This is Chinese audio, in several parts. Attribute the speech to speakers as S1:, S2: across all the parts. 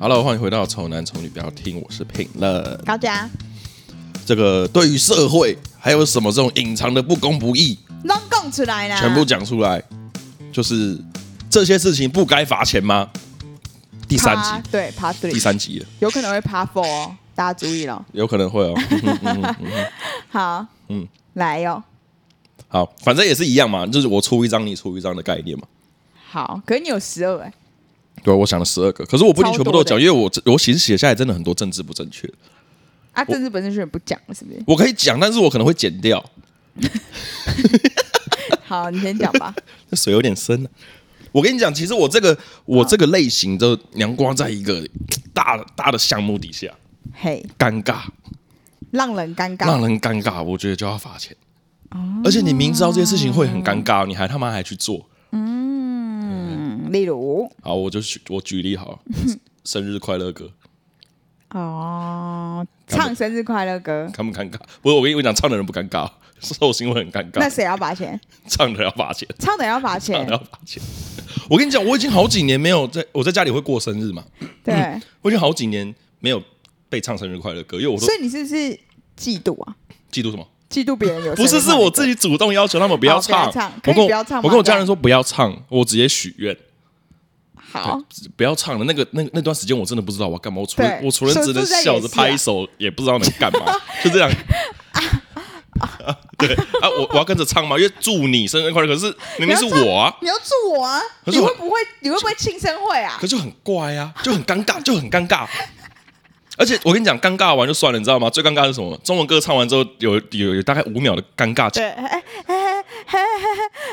S1: Hello，欢迎回到《丑男丑女》，不要听，我是评论。
S2: 高家，
S1: 这个对于社会还有什么这种隐藏的不公不义，
S2: 拢讲出来啦，
S1: 全部讲出来，就是这些事情不该罚钱吗？第
S2: 第
S1: 三集，
S2: 对 p a
S1: 第三集了，
S2: 有可能会 p a 哦，大家注意了。
S1: 有可能会哦。 嗯哼嗯哼
S2: 好，
S1: 嗯
S2: 嗯，来哟、哦，
S1: 好，反正也是一样嘛，就是我出一张，你出一张的概念嘛。
S2: 好，可是你有十二哎，
S1: 对，我想了十二个，可是我不一定全部都
S2: 超多
S1: 讲，
S2: 的
S1: 因为我我其实写下来真的很多政治不正确，
S2: 啊，政治本身选不讲了是不是？
S1: 我可以讲，但是我可能会剪掉。
S2: 好，你先讲 吧。
S1: 这水有点深、啊。我跟你讲，其实我这个我这个类型的阳光，在一个大大的项目底下，
S2: 嘿，
S1: 尴尬，
S2: 让人尴尬哦
S1: 让，人尴尬，我觉得就要罚钱。而且你明知道这些事情会很尴尬，你还他妈还去做。
S2: 嗯，例如
S1: 好，我就举我举例 好了，生日快乐歌，
S2: 哦，唱生日快乐歌，
S1: 尴不尴尬？不是，我跟你讲，唱的人不尴尬， 受行为很尴
S2: 那
S1: 尬，
S2: 谁要罚钱？
S1: 唱的人要罚钱。
S2: 唱的人要罚
S1: 当
S2: 钱
S1: 然，要罚钱。我跟你讲，我已经好几年没有在我在家里会过生日嘛，
S2: 对，
S1: 我已经好几年没有被唱生日快乐歌，因为我都
S2: 所以你是不是嫉妒啊？
S1: 嫉妒什么？
S2: 嫉妒别人有生
S1: 不
S2: 日快
S1: 是，
S2: 乐歌，
S1: 是我自己主动要求他们不要
S2: 哦不要
S1: 唱。
S2: 唱可
S1: 我
S2: 以
S1: 跟我
S2: 不要唱吗
S1: 我跟我家
S2: 这
S1: 人
S2: 样
S1: 说不要唱，我直接许愿
S2: 好，
S1: 不要唱了。那个那那段时间我真的不知道我要干嘛，我除了
S2: 对
S1: 我除了只能
S2: 说实在
S1: 笑着
S2: 也是啊啊
S1: 拍手，也不知道能干 嘛，就这样。 对啊，我我要跟着唱吗？因为祝你生日快乐，可是明明是我啊，
S2: 你要祝我啊？
S1: 可是
S2: 你
S1: 我
S2: 会不会你会不会庆生会啊
S1: 可？就很怪啊，就很尴尬，就很尴尬。而且我跟你讲，尴尬完就算了，你知道吗？最尴尬的是什么吗？中文歌唱完之后，有有有大概五秒的尴尬期，
S2: 对，哎哎哎哎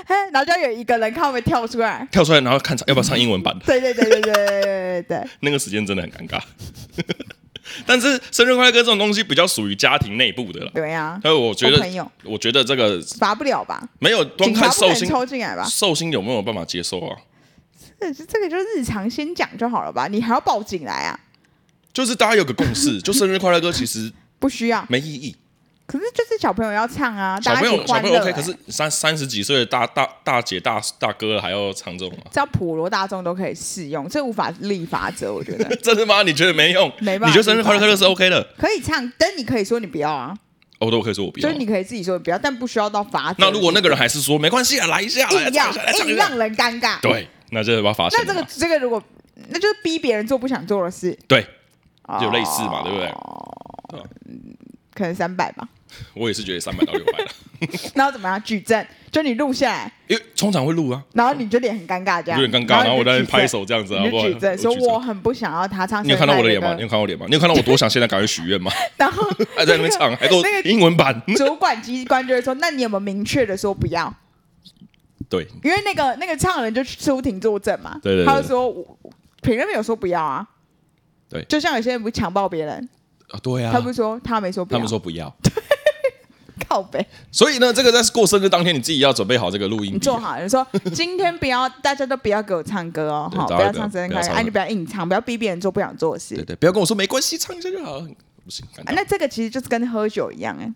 S2: 哎然后就有一个人看会不会跳出来。
S1: 跳出来，然后看唱要不要唱英文版的，
S2: 对对对对对对对对对，
S1: 那个时间真的很尴尬。 但是生日快乐歌这种东西比较属于家庭内部的了，
S2: 对呀，
S1: 所以我觉
S2: 我朋
S1: 得
S2: 友，
S1: 我觉得这个
S2: 罚不了吧？
S1: 没有光
S2: 警
S1: 看
S2: 察不
S1: 寿
S2: 可能
S1: 星，
S2: 抽进来吧？
S1: 寿星有没有办法接受啊？
S2: 这这个就日常先讲就好了吧？你还要报警来啊？
S1: 就是大家有个共识，就生日快乐歌其实
S2: 不需要，
S1: 没意义，
S2: 可是就是小朋友要唱啊，
S1: 小
S2: 大家
S1: 朋
S2: 一
S1: 友
S2: 起
S1: 小
S2: 欢
S1: 朋友
S2: 乐
S1: OK，
S2: 欸。
S1: 可是三三十几岁的大大大姐大大哥了还要唱这种啊吗？
S2: 只要普罗大众都可以适用，这无法立法者，我觉得
S1: 真的吗？你觉得没用？
S2: 没办法
S1: 你觉得生日快乐快乐是 OK 的？
S2: 可以唱，但你可以说你不要啊，
S1: 哦，对，我可以说我不
S2: 就
S1: 要
S2: 是。你可以自己说你不要，但不需要到罚则。
S1: 那如果那个人还是说没关系啊，来一下，来
S2: 硬
S1: 唱
S2: 要
S1: 一下，来唱一
S2: 硬
S1: 下，
S2: 让人尴尬，
S1: 对，那就是要罚钱
S2: 那
S1: 了
S2: 这
S1: 嘛。
S2: 个这个如果那就是逼别人做不想做的事，
S1: 对，
S2: 哦
S1: 就类似嘛对不对对啊？
S2: 可能三百吧。
S1: 我也是觉得三百到六百了，
S2: 然后怎么样举证？就你录下来，
S1: 因为通常会录啊，
S2: 然后你就脸很尴尬这
S1: 有
S2: 样，
S1: 点尴尬，然后我在那边
S2: 你就举证
S1: 拍，手这样子啊，
S2: 你
S1: 好不好
S2: 就举证说
S1: 举
S2: 我很不想要他唱。
S1: 你有看到我的脸吗？ 你有看到我脸吗？你有看到我多想现在赶快许愿 吗？
S2: 然后
S1: 还在那边唱，还给我
S2: 啊那个
S1: 英文版。
S2: 主管机关就会说：“那你有没有明确的说不要？”
S1: 对，
S2: 因为那个那个唱人就去出庭作证嘛，
S1: 对对对
S2: 他就说我评论没有说不要啊，
S1: 对
S2: 就像有些人不是强暴别人，
S1: 啊，对啊
S2: 他，不是说他没说不
S1: 他
S2: 要，
S1: 们说不要，
S2: 靠背，
S1: 所以呢，这个在过生日当天，你自己要准备好这个录音 笔
S2: 你
S1: 啊。
S2: 做好，你说今天不要，大家都不要给我唱歌哦，
S1: 对
S2: 好，
S1: 大家
S2: 不要
S1: 不要
S2: 唱生日
S1: 不
S2: 快
S1: 要
S2: 乐，
S1: 唱
S2: 哎，你不要硬唱，不要逼别人做不想做的事
S1: 对。对，不要跟我说没关系，唱一下就好，不行，尴
S2: 啊
S1: 尬
S2: 那这个其实就是跟喝酒一样，哎，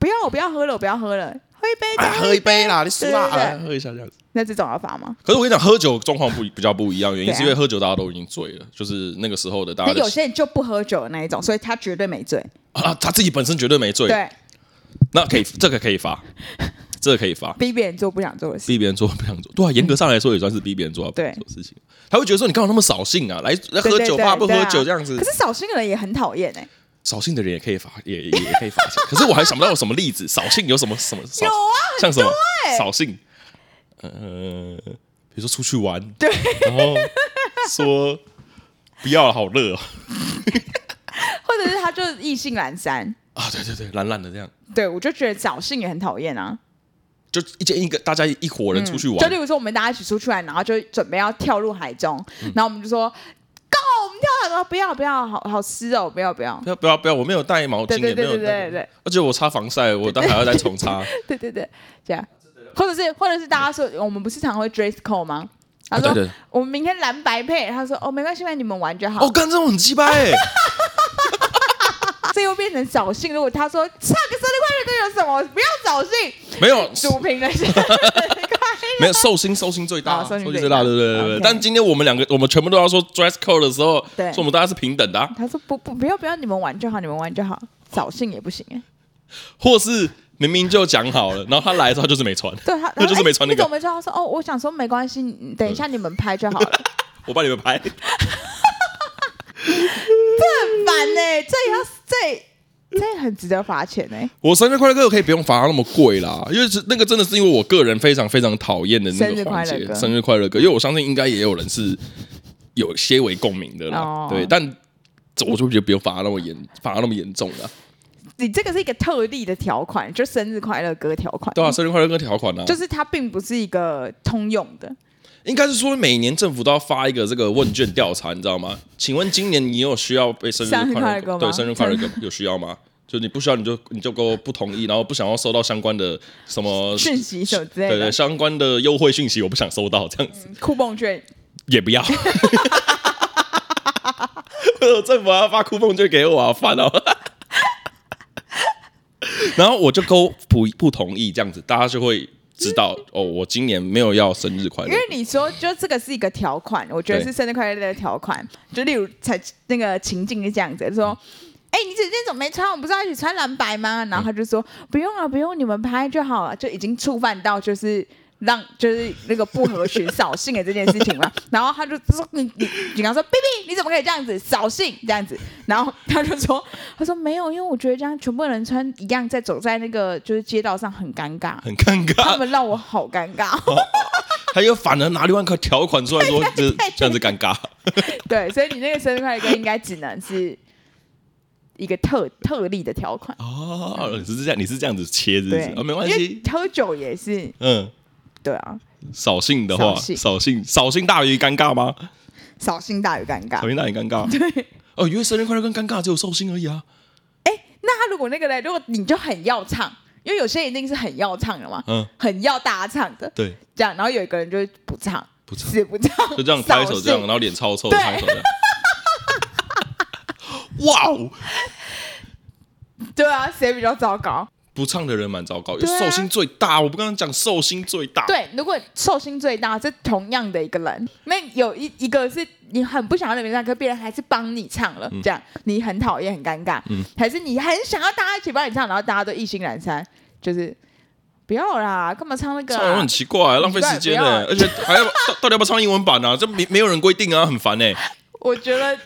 S2: 不要，我不要喝了，我不要喝了，喝一杯，再
S1: 啊，
S2: 喝
S1: 喝一杯啦，你输啦，
S2: 对对对
S1: 啊喝一下这样子。
S2: 那这种要罚吗？
S1: 可是我跟你讲，喝酒状况不比较不一样，原因
S2: 对啊
S1: 是因为喝酒大家都已经醉了，就是那个时候的大
S2: 那
S1: 家
S2: 有
S1: 的
S2: 些人就不喝酒的那一种，所以他绝对没醉。
S1: 啊，他自己本身绝对没醉，
S2: 对，
S1: 那可以这个可以罚，这个可以罚，
S2: 逼别人做不想做的事。
S1: 逼别人做不想做，对啊，严格上来说也算是逼别人做啊不
S2: 对
S1: 想做的事情。他会觉得说你干嘛那么扫兴啊，来来喝
S2: 对
S1: 酒
S2: 对
S1: 吧，
S2: 对
S1: 不
S2: 对
S1: 喝
S2: 啊
S1: 酒这样子
S2: 可，是扫兴的人也很讨厌哎，
S1: 扫兴的人也可以罚，也也也可以罚钱。 可是我还想不到有什么例子，扫兴有什么什么扫
S2: 有啊，
S1: 像什么扫兴，呃，比如说出去玩，
S2: 对，
S1: 然后说不要了，好热哦。
S2: 或者是他就是意兴阑珊。
S1: 啊，对对对，懒懒的这样，
S2: 对，我就觉得扫兴也很讨厌啊。
S1: 就一间一个大家一伙人出去玩，
S2: 嗯就例如说，我们大家一起出去玩，然后就准备要跳入海中，
S1: 嗯
S2: 然后我们就说，Go，我们跳海中，不要不要，好好湿哦，不要 不要。
S1: 不要不要不要，我没有带毛
S2: 对
S1: 巾，
S2: 对
S1: 也没
S2: 对
S1: 有
S2: 对对
S1: 带，
S2: 对
S1: 而且我擦防晒，我待还要再重擦。
S2: 对对对，这样，或者是或者是大家说，我们不是常会 dress code 吗？他说、
S1: 啊对对
S2: 我们明天蓝白配，他说哦没关系，那你们玩就 好。
S1: 哦，干这种很鸡巴哎，
S2: 这又变成扫兴。如果他说唱个生日快乐歌有什么？不要扫兴，
S1: 没有
S2: 主评了生日快
S1: 没有寿星，寿星最大，
S2: 啊寿星
S1: 星
S2: 最
S1: 最大，
S2: 大
S1: 对对对对
S2: OK
S1: 对。但今天我们两个，我们全部都要说 dress code 的时候，
S2: 对
S1: 说我们大家是平等的啊，
S2: 他说不不不要不要，你们玩就好，你们玩就好，扫兴也不行哎。
S1: 或是明明就讲好了，然后他来的时候他就是没 穿，
S2: 对他，
S1: 那就是
S2: 他说
S1: 没穿
S2: 哎
S1: 那个嗯
S2: 你怎么没穿？他说哦，我想说没关系，你等一下你们拍就 好了。
S1: 我帮你们拍。
S2: 很烦呢、欸
S1: 嗯
S2: 这也要这也这也很值得罚钱欸呢、
S1: 我生日快乐歌可以不用罚那么贵啦，因为是那个真的是因为我个人非常非常讨厌的那个环
S2: 生日快乐
S1: 节，
S2: 歌
S1: 生日快乐歌，因为我相信应该也有人是有些为共鸣的啦，
S2: 哦
S1: 对，但我就觉得不用罚那么严，罚那么严重啊啦。
S2: 你这个是一个特例的条款，就生日快乐歌条款，
S1: 对啊，生日快乐歌条款啊，
S2: 就是它并不是一个通用的。
S1: 应该是说每年政府都要发一个这个问卷调查，你知道吗？请问今年你有需要被生日
S2: 生日
S1: 快
S2: 快
S1: 乐
S2: 乐
S1: 歌
S2: 歌吗
S1: 对生日快乐歌有需要吗？ 就你不需要你就你就给我不同意，然后不想要收到相关的什么
S2: 讯息什么之类的
S1: 呃
S2: 嗯
S1: 对对，相关的优惠讯息我不想收到，这样子、
S2: 酷蹦券
S1: 也不要。 为什么政府还要发酷碰券给我啊？烦哦！ 然后我就勾不不同意这样子，大家就会知道
S2: 嗯
S1: 哦，我今年没有要生日快乐
S2: 因为。你说，就这个是一个条款，我觉得
S1: 对
S2: 是生日快乐的条款。就例如才那个情境是这样子，就说，
S1: 嗯
S2: 哎、你姐姐怎么没穿？我们不是要一起穿蓝白吗？然后他就说，不用啊，不用，你们拍就好了，就已经触犯到就是。让就是那个不合群扫兴的这件事 情了，然后他就说你你你刚说 baby 你怎么可以这样子扫兴这样子，然后他就说他说没有，因为我觉得这样全部人穿一样在走在那个就是街道上很尴尬，
S1: 很尴尬，
S2: 他们让我好尴尬。
S1: 他又反而拿另外一个条款出来说，这
S2: 对
S1: 这样子尴尬。
S2: 对，所以你那个生日快乐歌应该只能是一个特特例的条款。
S1: 哦，你是这样，你是这样子切，是不是
S2: 对？
S1: 啊，没关
S2: 因为
S1: 系，
S2: 喝酒也是
S1: 嗯，
S2: 对啊，
S1: 扫兴的话，
S2: 扫兴啊
S1: 扫兴，扫兴大于尴尬吗？
S2: 扫兴大于尴
S1: 扫
S2: 尬。
S1: 兴大于尴 尬，对。哦，因为生日快乐跟尴尬只有寿星而已啊。
S2: 那他如果那个嘞，如果你就很要唱，因为有些人一定是很要唱的嘛，
S1: 嗯，
S2: 很要大家唱的，
S1: 对，
S2: 这样，然后有一个人就不唱，
S1: 不唱
S2: 死不唱，
S1: 就这样拍手，
S2: 扫兴
S1: 这样，然后脸超臭，
S2: 对
S1: 拍手这样。 哇哦，
S2: 对啊，谁比较糟糕？
S1: 不唱的人蛮糟糕，因为
S2: 对啊
S1: 寿星最大。我不刚刚讲寿星最大，
S2: 对，如果寿星最大是同样的一个人，那有一一个是你很不想要那边唱，可别人还是帮你唱了，这样你很讨厌、很尴尬，还是你很想要大家一起帮你唱，然后大家都意兴阑珊，就是不要啦，干嘛唱那个、
S1: 唱完
S2: 啊
S1: 很？奇怪，浪费时间呢，而且还要 到到底要不要唱英文版啊？这没没有人规定啊，很烦呢。
S2: 我觉得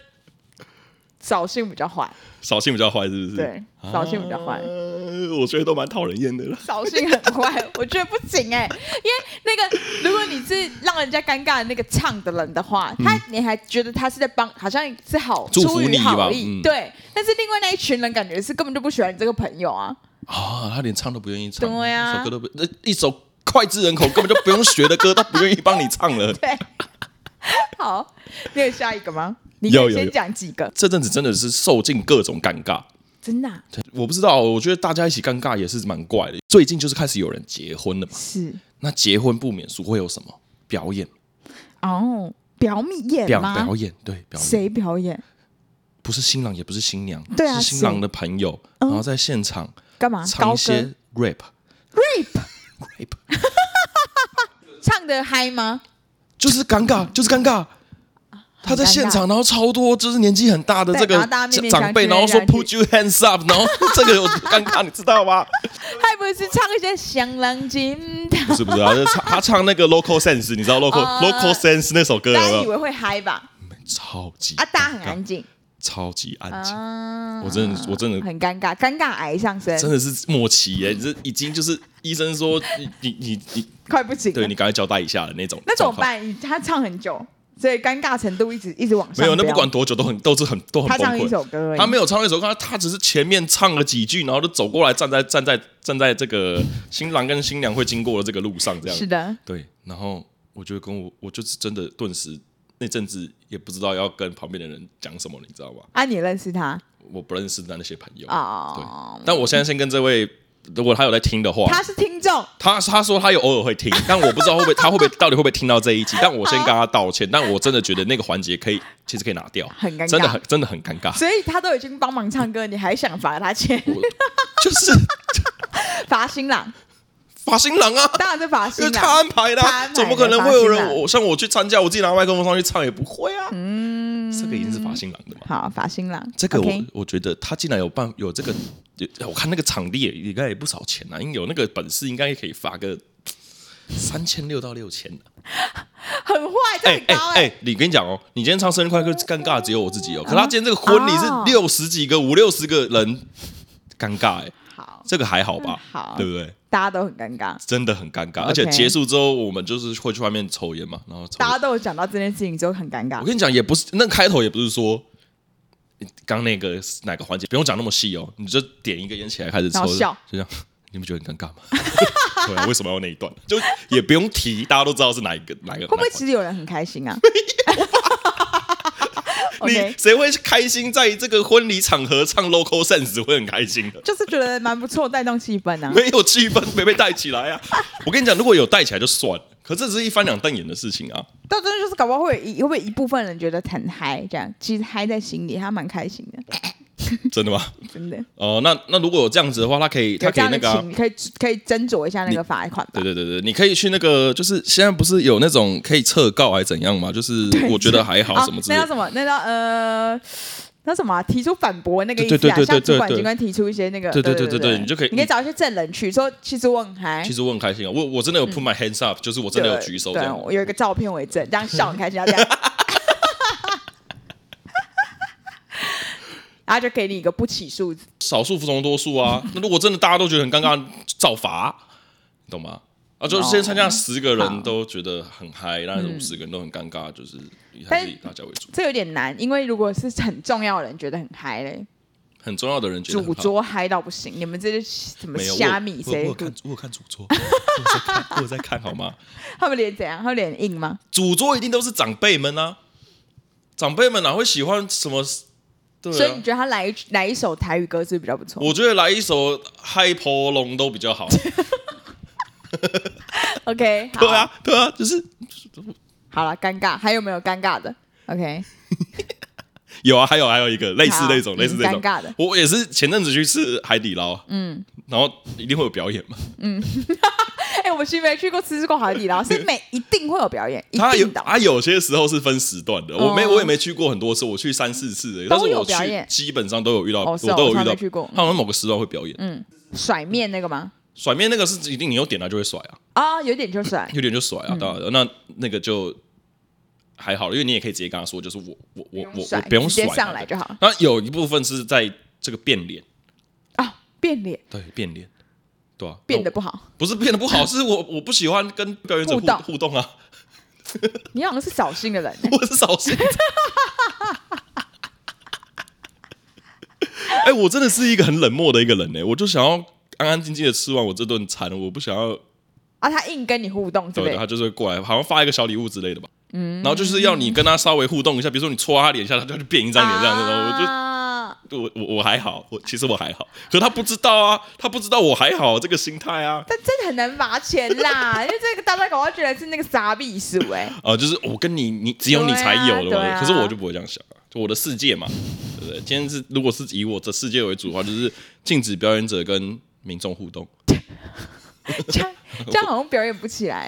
S2: 扫兴比较坏，
S1: 扫兴比较坏，是不是？
S2: 对，扫兴比较坏。
S1: 呃我觉得都蛮讨人厌的了。
S2: 扫兴很坏，我觉得不行哎、因为那个如果你是让人家尴尬的那个唱的人的话，他你还觉得他是在帮，好像是好
S1: 祝福
S2: 出于
S1: 你吧
S2: 好意，
S1: 嗯
S2: 对。但是另外那一群人感觉是根本就不喜欢你这个朋友啊，
S1: 啊，他连唱都不愿意唱，
S2: 对啊
S1: 一首歌都不，那一首脍炙人口根本就不用学的歌，他不愿意帮你唱了。
S2: 对。好，你有下一个吗？你
S1: 有
S2: 可以
S1: 有
S2: 先
S1: 有
S2: 讲几个，
S1: 这阵子真的是受尽各种尴尬，
S2: 真的啊、
S1: 我不知道，我觉得大家一起尴尬也是蛮怪的。最近就是开始有人结婚了嘛，
S2: 是
S1: 那结婚不免俗会有什么表演？
S2: 哦，表演
S1: 表
S2: 吗？
S1: 表演对表演，
S2: 谁表演？
S1: 不是新郎也不是新娘，
S2: 对啊
S1: 是新
S2: 谁
S1: 郎的朋友，然后在现场
S2: 干嘛？
S1: 唱
S2: 高
S1: 一
S2: 歌
S1: 些 rap
S2: ？rap
S1: rap，
S2: 唱的嗨吗？
S1: 就是尴
S2: 嗯
S1: 尬，就是尴尬。他在现场，然后超多就是年纪很大的
S2: 对
S1: 这个
S2: 然后大家面面相觑
S1: 长辈，然后说
S2: 来来去
S1: “Put your hands up”，然后 这个有尴尬，你知道吗？
S2: 还不是唱一些《香 浪金》？
S1: 不是不是，他是唱他唱那个 “Local Sense”，你知道 “Local、
S2: 啊
S1: Local Sense” 那首歌有
S2: 大
S1: 没
S2: 家以
S1: 有？
S2: 为会嗨吧？
S1: 超级
S2: 啊，大家很
S1: 尴尬
S2: 安静
S1: 超级安静，
S2: 啊，
S1: 我真的我真的
S2: 很尴尬，尴尬癌上升，
S1: 真的是默契耶！这已经就是医生说你你你你，
S2: 快不行
S1: 对
S2: 了
S1: 你。赶快交代一下的那种。
S2: 那怎么？办？他唱很久，所以尴尬程度一直一直往上。
S1: 没有，那不管，多久都很都是很都很
S2: 他
S1: 崩
S2: 唱一
S1: 溃。
S2: 首歌而已，
S1: 他没有唱那首歌，他他只是前面唱了几句，然后就走过来站在站在站在这个新郎跟新娘会经过的这个路上，这
S2: 是
S1: 样
S2: 的，
S1: 对。然后我就跟我我就是真的顿时那阵子也不知道要跟旁边的人讲什么，你知道吗？
S2: 啊，你认识他
S1: 我不认识的那些朋友，
S2: 哦？
S1: 但我现在先跟这位，如果他有在听的话，
S2: 他是听众，
S1: 他他说他有偶尔会听， 但我不知道会不会他会不会到底会不会听到这 一集。但我先跟他道歉，但我真的觉得那个环节可以，其实可以拿掉，
S2: 很尴尬
S1: 真的很真的很尴尬，
S2: 所以他都已经 帮 忙唱歌，你还想罚他钱，
S1: 就是
S2: 罚新郎？
S1: 发新郎啊，
S2: 当然是发
S1: 因
S2: 型
S1: 为
S2: 啦
S1: 他。 安排的、
S2: 他安
S1: 啊
S2: 排，的
S1: 怎么可能会有
S2: 发新
S1: 人
S2: 郎
S1: 我像我去参加，我自己拿麦克风上去唱也不会啊。嗯，这个已经是发新郎的嘛。
S2: 好，发新郎。
S1: 这个我
S2: OK
S1: 我觉得他竟然有办有这个，有我看那个场地也应该也不少钱啊，因为有那个本事应该也可以发个三千六到六千的。
S2: 很坏，这很高哎、
S1: 哎，你跟你讲哦，你今天唱生日快乐歌，尴尬的只有我自己哦。可他今天这个婚礼是
S2: 哦
S1: 六十几个、五六十个人，尴尬哎、
S2: 好，
S1: 这个还好吧？
S2: 嗯好
S1: 对不对？
S2: 大家都很尴尬，
S1: 真的很尴尬，
S2: OK
S1: 而且结束之后，我们就是会去外面抽烟嘛，然后抽
S2: 大家都有讲到这件事情就很尴尬
S1: 我。跟你讲，也不是那个开头也不是说刚那个是哪个环节，不用讲那么细哦，你就点一个烟起来开始抽，
S2: 然后
S1: 就
S2: 笑
S1: 这样，你们觉得很尴尬吗？ 对啊，为什么要那一段？就也不用提，大家都知道是哪一个哪一个。
S2: 会不
S1: 哪一
S2: 会
S1: 个环
S2: 其实有人很开心 啊
S1: 你
S2: ？OK，
S1: 谁会开心在这个婚礼场合唱 local sense 会很开心的？
S2: 就是觉得蛮不错，带动气氛啊。
S1: 没有气氛没被带起来啊！我跟你讲，如果有带起来就算了，可这只是一翻两瞪眼的事情啊。
S2: 到真的就是搞不好会有一会不会一部分人觉得很嗨，这样其实嗨在心里，他蛮开心的，
S1: 真的吗？
S2: 真的。
S1: 哦，那那如果有这样子的话，他可以，他
S2: 有
S1: 可
S2: 这
S1: 以
S2: 样
S1: 那
S2: 的
S1: 个啊、
S2: 情，可以可以斟酌一下那个罚款吧
S1: 对。对对对，你可以去那个，就是现在不是有那种可以撤告还是怎样嘛？就是我觉得还好
S2: 啊
S1: 什么之
S2: 那
S1: 类
S2: 叫
S1: 的。
S2: 什么？那叫呃。那什么啊、提出反驳那个意思、啊，
S1: 对对对对对
S2: 向主管
S1: 对
S2: 机关提出一些那个，
S1: 对对
S2: 对
S1: 对对
S2: 对
S1: 对你就可以
S2: 你可以找一些证人去说，其实我很嗨，
S1: 其实我很开心啊，我我真的有 put my hands up，、就是我真的有举手这
S2: 嗯对，啊
S1: 样。
S2: 我有一个照片为证，这样笑很 开心，这样， 然后就给你一个不起诉，
S1: 少数服从多数 啊。那如果真的大家都觉得很尴尬，照罚，啊你懂吗？啊，就是今天参加十个人
S2: 哦好嗯
S1: 都觉得很嗨，但是五十个人都很尴尬，就是还
S2: 但
S1: 是以大家为主。
S2: 这有点难，因为如果是很重要的人觉得很嗨嘞，
S1: 很重要的人觉得很
S2: 主
S1: 怕
S2: 桌嗨到不行，你们这些什么
S1: 没有我
S2: 虾米
S1: 我我
S2: 谁
S1: 有，看我有看主桌，我有在看我有在看好吗？
S2: 他们脸怎样？他们脸硬吗？
S1: 主桌一定都是长辈们啊，长辈们哪会喜欢什么？对、啊，
S2: 所以你觉得他来一来一首台语歌是不是比较不错
S1: 我觉得来一首《嗨婆龙》都比较好。
S2: 啊？OK，好
S1: 对，啊，对啊，就是
S2: 好了，尴尬，还有没有尴尬的？OK，
S1: 有啊，还有还有一个类似
S2: 好
S1: 那种，类似那种
S2: 嗯尴尬的
S1: 我也是前阵子去吃海底捞，嗯，然后一定会有表演嘛。
S2: 哎、我们新没去过吃过海底捞，是每一定会有表演，一
S1: 他有啊
S2: 定的。
S1: 他有些时候是分时段的，我没
S2: 哦
S1: 我也没去过很多次，我去三四次而已，
S2: 都
S1: 但是
S2: 有
S1: 我
S2: 表
S1: 去
S2: 演
S1: 基本上都有遇到，
S2: 哦
S1: 我
S2: 是哦
S1: 都有
S2: 我从
S1: 遇
S2: 来
S1: 到
S2: 没去过嗯
S1: 他们某个时段会表演，
S2: 甩面那个吗？
S1: 甩面那个是一定你有点了就会甩啊，
S2: 啊、有点就甩。
S1: 有点就甩啊，
S2: 嗯
S1: 当然那那个就还好，因为你也可以直接跟他说，就是我我我我我
S2: 甩
S1: 不用
S2: 直接
S1: 甩啊
S2: 上来就好了
S1: 那有一部分是在这个变脸，
S2: 啊、变脸
S1: 对，变脸，对啊，
S2: 变得
S1: 那
S2: 不好
S1: 我，不是变得不好，是我我不喜欢跟表演者互
S2: 互动
S1: 互动啊，
S2: 你好像是扫兴的人、欸。
S1: 我是扫兴。哎，我真的是一个很冷漠的一个人欸呢、我就想要安安静静的吃完我这顿餐，我不想要
S2: 啊，他硬跟你互动，对不
S1: 对
S2: 嗯
S1: 的，
S2: 对？
S1: 他就是会过来，好像发一个小礼物之类的吧。然后就是要你跟他稍微互动一下，比如说你戳他脸一下，他就变一张脸这样子。然后
S2: 啊
S1: 我就我我我还好，我其实我还好，可他不知道啊，他不知道我还好这个心态啊。
S2: 但真的很难罚钱 啦，因为这个大家搞到觉得是那个傻逼数哎，
S1: 啊，就是我跟你，你只有你才有的
S2: 对
S1: 嘛。
S2: 啊对啊
S1: 可是我就不会这样想啊，就我的世界嘛，对不对？今天是如果是以我的世界为主的话，就是禁止表演者跟民众互动。
S2: 这 样这样好像表演不起来。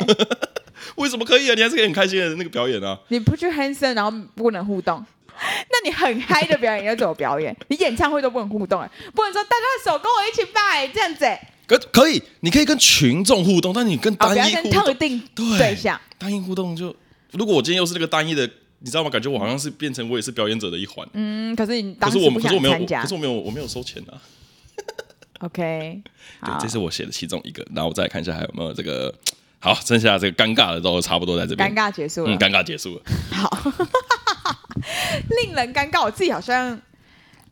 S1: 为什么可以啊？你还是可以很开心的那个表演啊。
S2: 你不去 handsome，然后不能互动， 那你很嗨的表演要怎么表演？你演唱会都不能互动哎、不能说大家手跟我一起拜这样子哎、
S1: 可可以，你可以跟群众互动，但你跟
S2: 哦，
S1: 单
S2: 不要
S1: 一互
S2: 跟
S1: 动，
S2: 特定
S1: 对
S2: 对象。
S1: 单一互动就，如果我今天又是那个单一的，你知道吗？感觉我好像是变成我也是表演者的一环。
S2: 嗯，可是你
S1: 可
S2: 当
S1: 是
S2: 时
S1: 我
S2: 不
S1: 可是我
S2: 想
S1: 没有，
S2: 参
S1: 我
S2: 加
S1: 可是我没有，我没有收钱啊。
S2: ，OK，好
S1: 对，，这是我写的其中一个，然后我再来看一下还有没有这个。好，剩下这个尴尬的都差不多在这边
S2: 尴，尬结束了
S1: 嗯，。尴尬结束了。
S2: 令人尴尬，我自己好像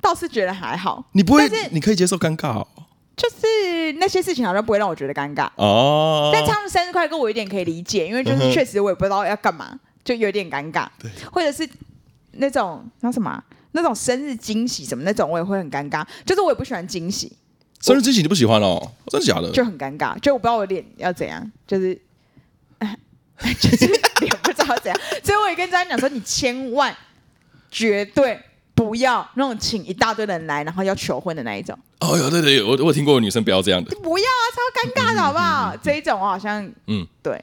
S2: 倒是觉得还好，
S1: 你不会
S2: 但是，
S1: 你可以接受尴尬哦。
S2: 就是那些事情好像不会让我觉得尴尬。
S1: 哦
S2: 但唱生日快乐歌我有点可以理解，因为就
S1: 嗯哼
S2: 是确实我也不知道要干嘛，就有点尴尬。
S1: 对，
S2: 或者是那种那什么啊那种生日惊喜什么那种，我也会很尴尬。就是我也不喜欢惊喜，
S1: 生日惊喜你不喜欢哦？真的假的？
S2: 就很尴尬，就我不知道我脸要怎样，就是。 就是脸不知道怎样，所以我也跟张讲说，你千万绝对不要那种请一大堆人来，然后要求婚的那一种。
S1: 哦哟，对对，对我我有听过有女生不要这样的，
S2: 不要啊，超尴尬的好不好？这一种我好像，
S1: 嗯
S2: 嗯，对，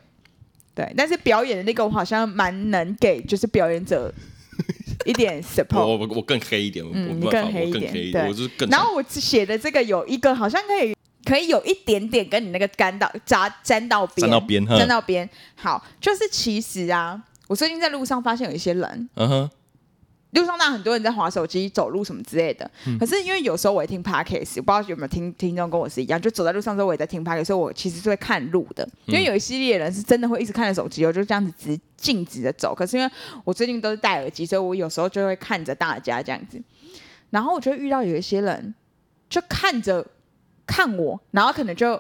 S2: 对，但是表演的那个我好像蛮能给，就是表 演者一点
S1: 我
S2: support。
S1: 我我更黑一点，我
S2: 哦嗯
S1: 我
S2: 你
S1: 没办法，
S2: 更黑
S1: 我
S2: 一
S1: 更
S2: 点
S1: 黑一点，
S2: 对
S1: 我就是更
S2: 然后我写的这个有一个好像可以可以有一点点跟你那个干到扎沾到边，
S1: 沾到嗯边哈
S2: 沾到边。好，就是其实啊，我最近在路上发现有一些人，
S1: 嗯哼，
S2: 路上那很多人在划手机、走路什么之类的。可是因为有时候我也听 podcast，我不知道有没有听听众跟我是一样，就走在路上之后我也在听 podcast，所以我其实是会看路的。因为有一系列人是真的会一直看着手机哦，就这样子直径直的走。可是因为我最近都是戴耳机，所以我有时候就会看着大家这样子。然后我就会遇到有一些人，就看着看我，然后可能就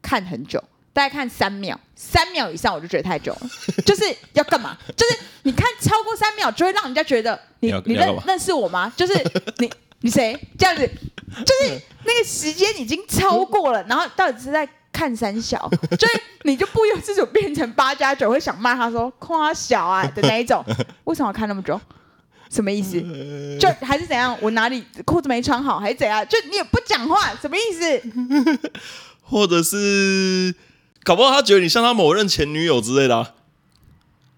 S2: 看很久，大概看三秒，三秒以上我就觉得太久了，就是要干嘛？就是你看超过三秒，就会让人家觉得
S1: 你
S2: 你
S1: 要
S2: 你
S1: 你要干
S2: 认
S1: 嘛
S2: 认识我吗？就是你你谁这样子，就是那个时间已经超过了，然后到底是在。看三小，就是你就不由自主变成八加九，会想骂他说“夸小啊”的那一种。为什么要看那么久？什么意思？
S1: 嗯呃
S2: 就还是怎样？我哪里裤子没穿好，还是怎样？就你也不讲话，什么意思？
S1: 或者是搞不好他觉得你像他某任前女友之类的、啊，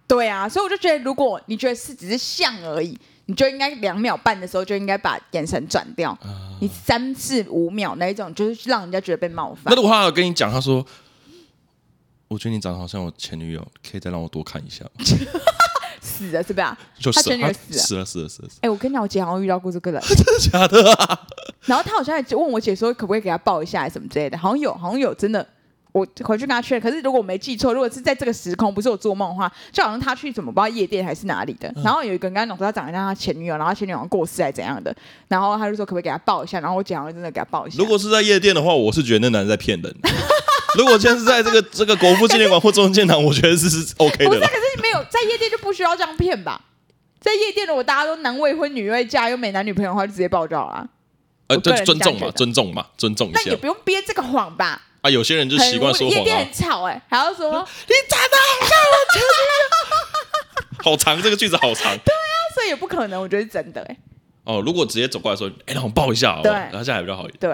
S2: 对啊，所以我就觉得，如果你觉得是只是像而已，你就应该两秒半的时候就应该把眼神转掉。你三至五秒那一种，就是让人家觉得被冒
S1: 那
S2: 犯。
S1: 如果他有跟你讲，他说：“我觉得你长得好像我前女友，可以再让我多看一下吗
S2: 死了是吧？？”
S1: 就
S2: 他
S1: 死
S2: 前女
S1: 了，
S2: 友
S1: 他
S2: 死啊
S1: 死了，
S2: 了
S1: 死了，死了，
S2: 哎、我跟你讲，我姐好像遇到过这个人，
S1: 真的假的啊？
S2: 然后她好像还问我姐说，可不可以给她抱一下什么之类的，好像有，好像有，真的。我回去跟她确认，可是如果我没记错，如果是在这个时空，不是我做梦的话，就好像她去怎么不知道夜店还是哪里
S1: 嗯
S2: 的，然后有一个人跟她讲说她长得像她前女友，然后她前女友好像过世还是怎样的，然后她就说可不可以给她抱一下，然后我姐好像真的给她抱一下。
S1: 如果是在夜店的话，我是觉得那男人在骗人。 如果现在是在这个这个国父纪念馆或中正纪念堂，我觉得是是 OK
S2: 不是，
S1: 的
S2: 可
S1: 啦。
S2: 是没有在夜店就不需要这样骗吧？在夜店如果大家都男未婚女未嫁又没男女朋友的话，就直接抱照啦，
S1: 呃，
S2: 我
S1: 就
S2: 个人
S1: 尊重
S2: 这
S1: 嘛，
S2: 样觉得
S1: 尊重嘛，尊重一
S2: 但
S1: 下
S2: 也不用憋这个谎吧？
S1: 啊。有些人就
S2: 很
S1: 习惯
S2: 无
S1: 说
S2: 夜
S1: 谎
S2: 店
S1: 啊
S2: 很，吵哎、还要说
S1: 你长得好像我前女友，好长这个句子好长
S2: 所以也不可能，我觉得是真的哎、
S1: 哦。如果直接走过来说：“哎，让我抱一下好不好？”
S2: 对
S1: 然后这样还比较好一点。
S2: 对，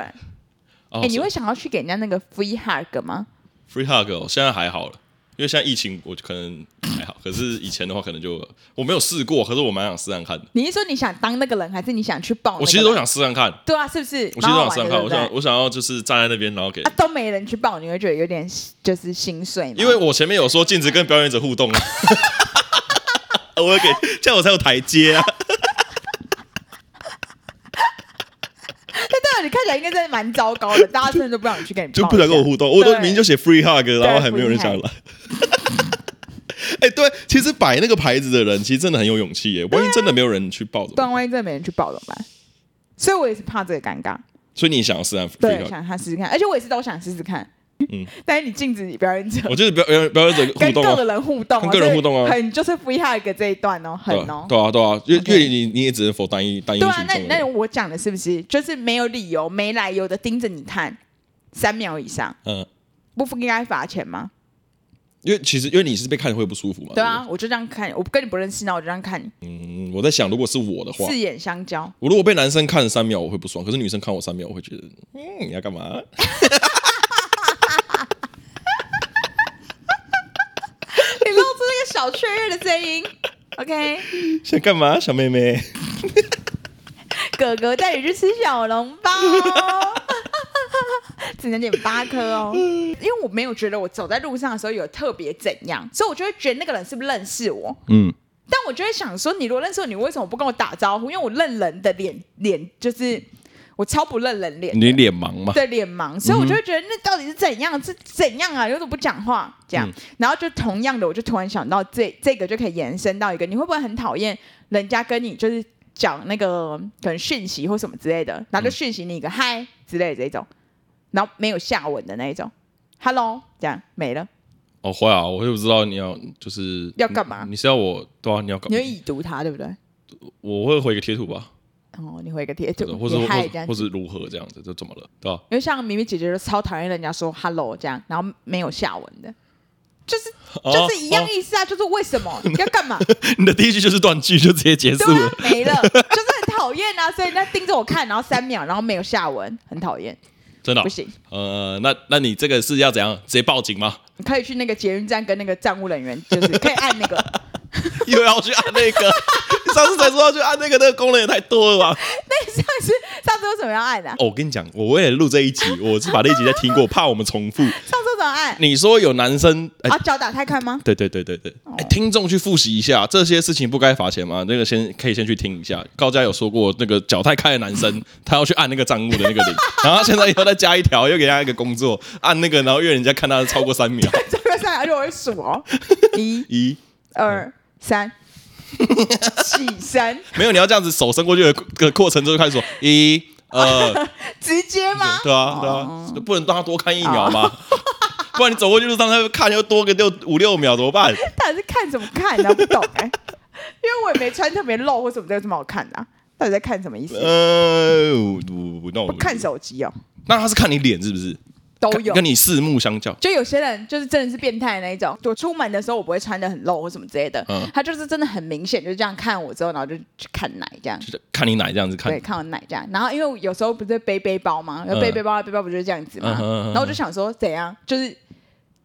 S1: 哦
S2: 哎、你会想要去给人家那个 free hug 吗？
S1: Free hug 哦，现在还好了，因为现在疫情，我就可能还好。可是以前的话，可能就我没有试过，可是我蛮想试试看的。
S2: 你是说你想当那个人，还是你想去抱？
S1: 我其实都。想试试看，
S2: 对啊，是不是？
S1: 我其实都想试试
S2: 蛮
S1: 看，
S2: 好
S1: 我想
S2: 玩的对不对
S1: 我想要就是站在那边，然后给
S2: 啊，，都没人去抱，你会觉得有点就是心碎吗？
S1: 因为我前面有说禁止跟表演者互动啊， 我要给这样我才有台阶啊。
S2: 但对啊，你看起来应该真的蛮糟糕 的，大家真的都不想去跟你抱一下，
S1: 就不想跟我互动，我都
S2: 对
S1: 明明就写 free hug，然后还没有人
S2: free
S1: 想来。 哎、对，其实摆那个牌子的人，其实真的很有勇气耶。万一真的没有人去抱怎
S2: 对
S1: 么
S2: 啊，万一真的没人去抱怎么办？所以我也是怕这个尴尬，
S1: 所以你也想要试试看 free
S2: 对，
S1: hug？
S2: 想他试试看，而且我也是都想试试看。
S1: 嗯
S2: 嗯， 但是你禁止你表演者
S1: 我就是表演表演者互
S2: 跟
S1: 动、
S2: 个
S1: 啊，
S2: 人互动、哦，
S1: 跟个人互动啊
S2: 这很就是 free hug 这一段哦，很
S1: 对啊
S2: 哦，
S1: 对啊，对啊，因为
S2: OK
S1: 因为你你也只能否单一单一
S2: 对
S1: 群
S2: 啊，那
S1: 众的
S2: 那
S1: 人。
S2: 我讲的是不是就是没有理由、没来由的盯着你看三秒以上，
S1: 嗯，
S2: 不应该罚钱吗？
S1: 因为其实因为你是被看会不舒服嘛。
S2: 对啊，我就这样看，我跟你不认识，那我就这样看，
S1: 对不对。嗯，我在想，如果是我的话，
S2: 四眼相交。
S1: 我如果被男生看三秒，我会不爽；可是女生看我三秒，我会觉得，嗯，你要干嘛？
S2: 你露出那个小雀跃的声音，OK？
S1: 想干嘛，小妹妹？
S2: 哥哥带你去吃小笼包， 只能点八颗哦。因为我没有觉得我走在路上的时候有特别怎样，所以我就会觉得那个人是不是认识我。
S1: 嗯，
S2: 但我就会想说，你如果认识我，你为什么不跟我打招呼？因为我认人的脸脸就是我超不认人 脸的，
S1: 你脸盲嘛？
S2: 对脸盲，所以我就会觉得那到底是怎样？是怎样啊？有种不讲话这样？
S1: 嗯
S2: 然后就同样的，我就突然想到这这个就可以延伸到一个，你会不会很讨厌人家跟你就是讲那个可能讯息或什么之类的，
S1: 嗯
S2: 然后就讯息你一个嗨之类的这种，然后没有下文的那一种，hello 这样没了，
S1: 哦，会啊，我就不知道你要就是
S2: 要干嘛
S1: 你你是要我对啊？你要干
S2: 你
S1: 嘛
S2: 会？已读他对不对？
S1: 我会回个贴图吧，
S2: 哦，你回个贴
S1: 对
S2: 图，
S1: 或者
S2: 你
S1: 或
S2: 嗨这
S1: 者
S2: 样
S1: 或
S2: 子。
S1: 者如何这样子，这怎么了？对吧？
S2: 因为像明明姐姐就超讨厌人家说 hello 这样，然后没有下文的，就是
S1: 哦
S2: 就是一样
S1: 哦
S2: 意思啊，就是为什么要干嘛？
S1: 你的第一句就是断句，就直接结束
S2: 对啊
S1: 了
S2: 啊。，没了，就是很讨厌啊，所以那盯着我看，然后三秒，然后没有下文，很讨厌，
S1: 真的哦
S2: 不。行。
S1: 呃，那那你这个是要怎样？直接报警吗？
S2: 你可以去那个捷运站跟那个站务人员，就是可以按 那个，
S1: 又要去按那个？你上次才说要去按那个，那个功能也太多了吧？
S2: 上次上次为什么要按啊？
S1: 哦，我跟你讲，我为了录这一集，我是把那一集再听过，怕我们重复。
S2: 上次怎么按？
S1: 你说有男生，哎、
S2: 啊，脚打开看吗？
S1: 对对对对对，哎、听众去复习一下这些事情不该罚钱吗？那个先可以先去听一下。高嘉有说过，那个脚太开的男生，他要去按那个账务的那个铃，然后现在又再加一条，又给他一个工作，按那个，然后越人家看他超过三秒，
S2: 这个上来，而且我会数 哦，一、
S1: 一
S2: 二、三，起身，
S1: 没有，你要这样子手伸过去的的过程中就开始说一二，
S2: 直接吗？
S1: 对啊对啊，不能让他多看一秒 吗？不然你走过去就让他看，又多个六五六秒怎么 办？
S2: 到底是看什么看呢、啊？不懂哎、因为我也没穿特别露或什么，这有什么好看的啊、到底在看什么意思？
S1: 呃，我我那我
S2: 不看手机哦，
S1: 那他是看你脸是不是？
S2: 都有
S1: 跟。跟你四目相较。
S2: 就有些人就是真的是变态的那一种，我出门的时候我不会穿的很露或什么之类的，
S1: 嗯
S2: 他就是真的很明显就是这样看我之后，然后就去看奶这样，
S1: 就是看你奶这样子看
S2: 对，，看我奶这样。然后因为我有时候不是背背包嘛，
S1: 嗯
S2: 背背包，背包不就是这样子嘛
S1: 嗯哼嗯哼，
S2: 然后我就想说怎样，就是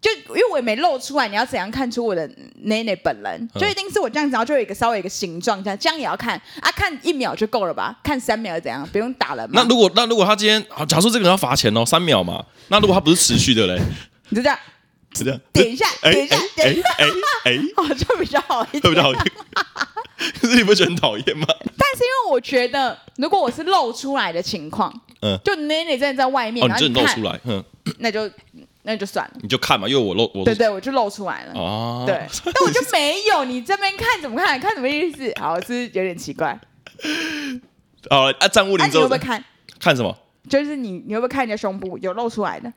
S2: 就因为我也没露出来，你要怎样看出我的奶奶本人？
S1: 嗯
S2: 就一定是我这样子，然后就有一个稍微有一个形状这样，这样也要看啊，看一秒就够了吧？看三秒又怎样？不用打了
S1: 那
S2: 嘛？
S1: 如果那如果他今天，好，假如说这个人要罚钱哦，三秒嘛。那如果他不是持续的 嘞，
S2: 你就这样
S1: 是这样，
S2: 点一下，
S1: 哎
S2: 点一下
S1: 哎，
S2: 点一
S1: 哎
S2: 下，
S1: 哎哎，
S2: 哦，就比较好一点
S1: 会。不会讨厌？可 是你不觉得很讨厌吗？
S2: 但是因为我觉得，如果我是露出来的情况，
S1: 嗯
S2: 就奶奶真的在外面，
S1: 哦，
S2: 然
S1: 你就
S2: 后你
S1: 露
S2: 看
S1: 出，来，嗯，
S2: 那就那就算了。
S1: 你就看嘛，因为我露我
S2: 对对，我就露出来了。
S1: 哦，
S2: 对，但我就没有，你这边看怎么看？看什么意思？好，是不是有点奇怪。
S1: 好了啊，站屋
S2: 那、
S1: 林
S2: 你
S1: 之
S2: 会
S1: 后
S2: 不会看？
S1: 看什么？
S2: 就是你，你会不会看人家胸部有露出来的？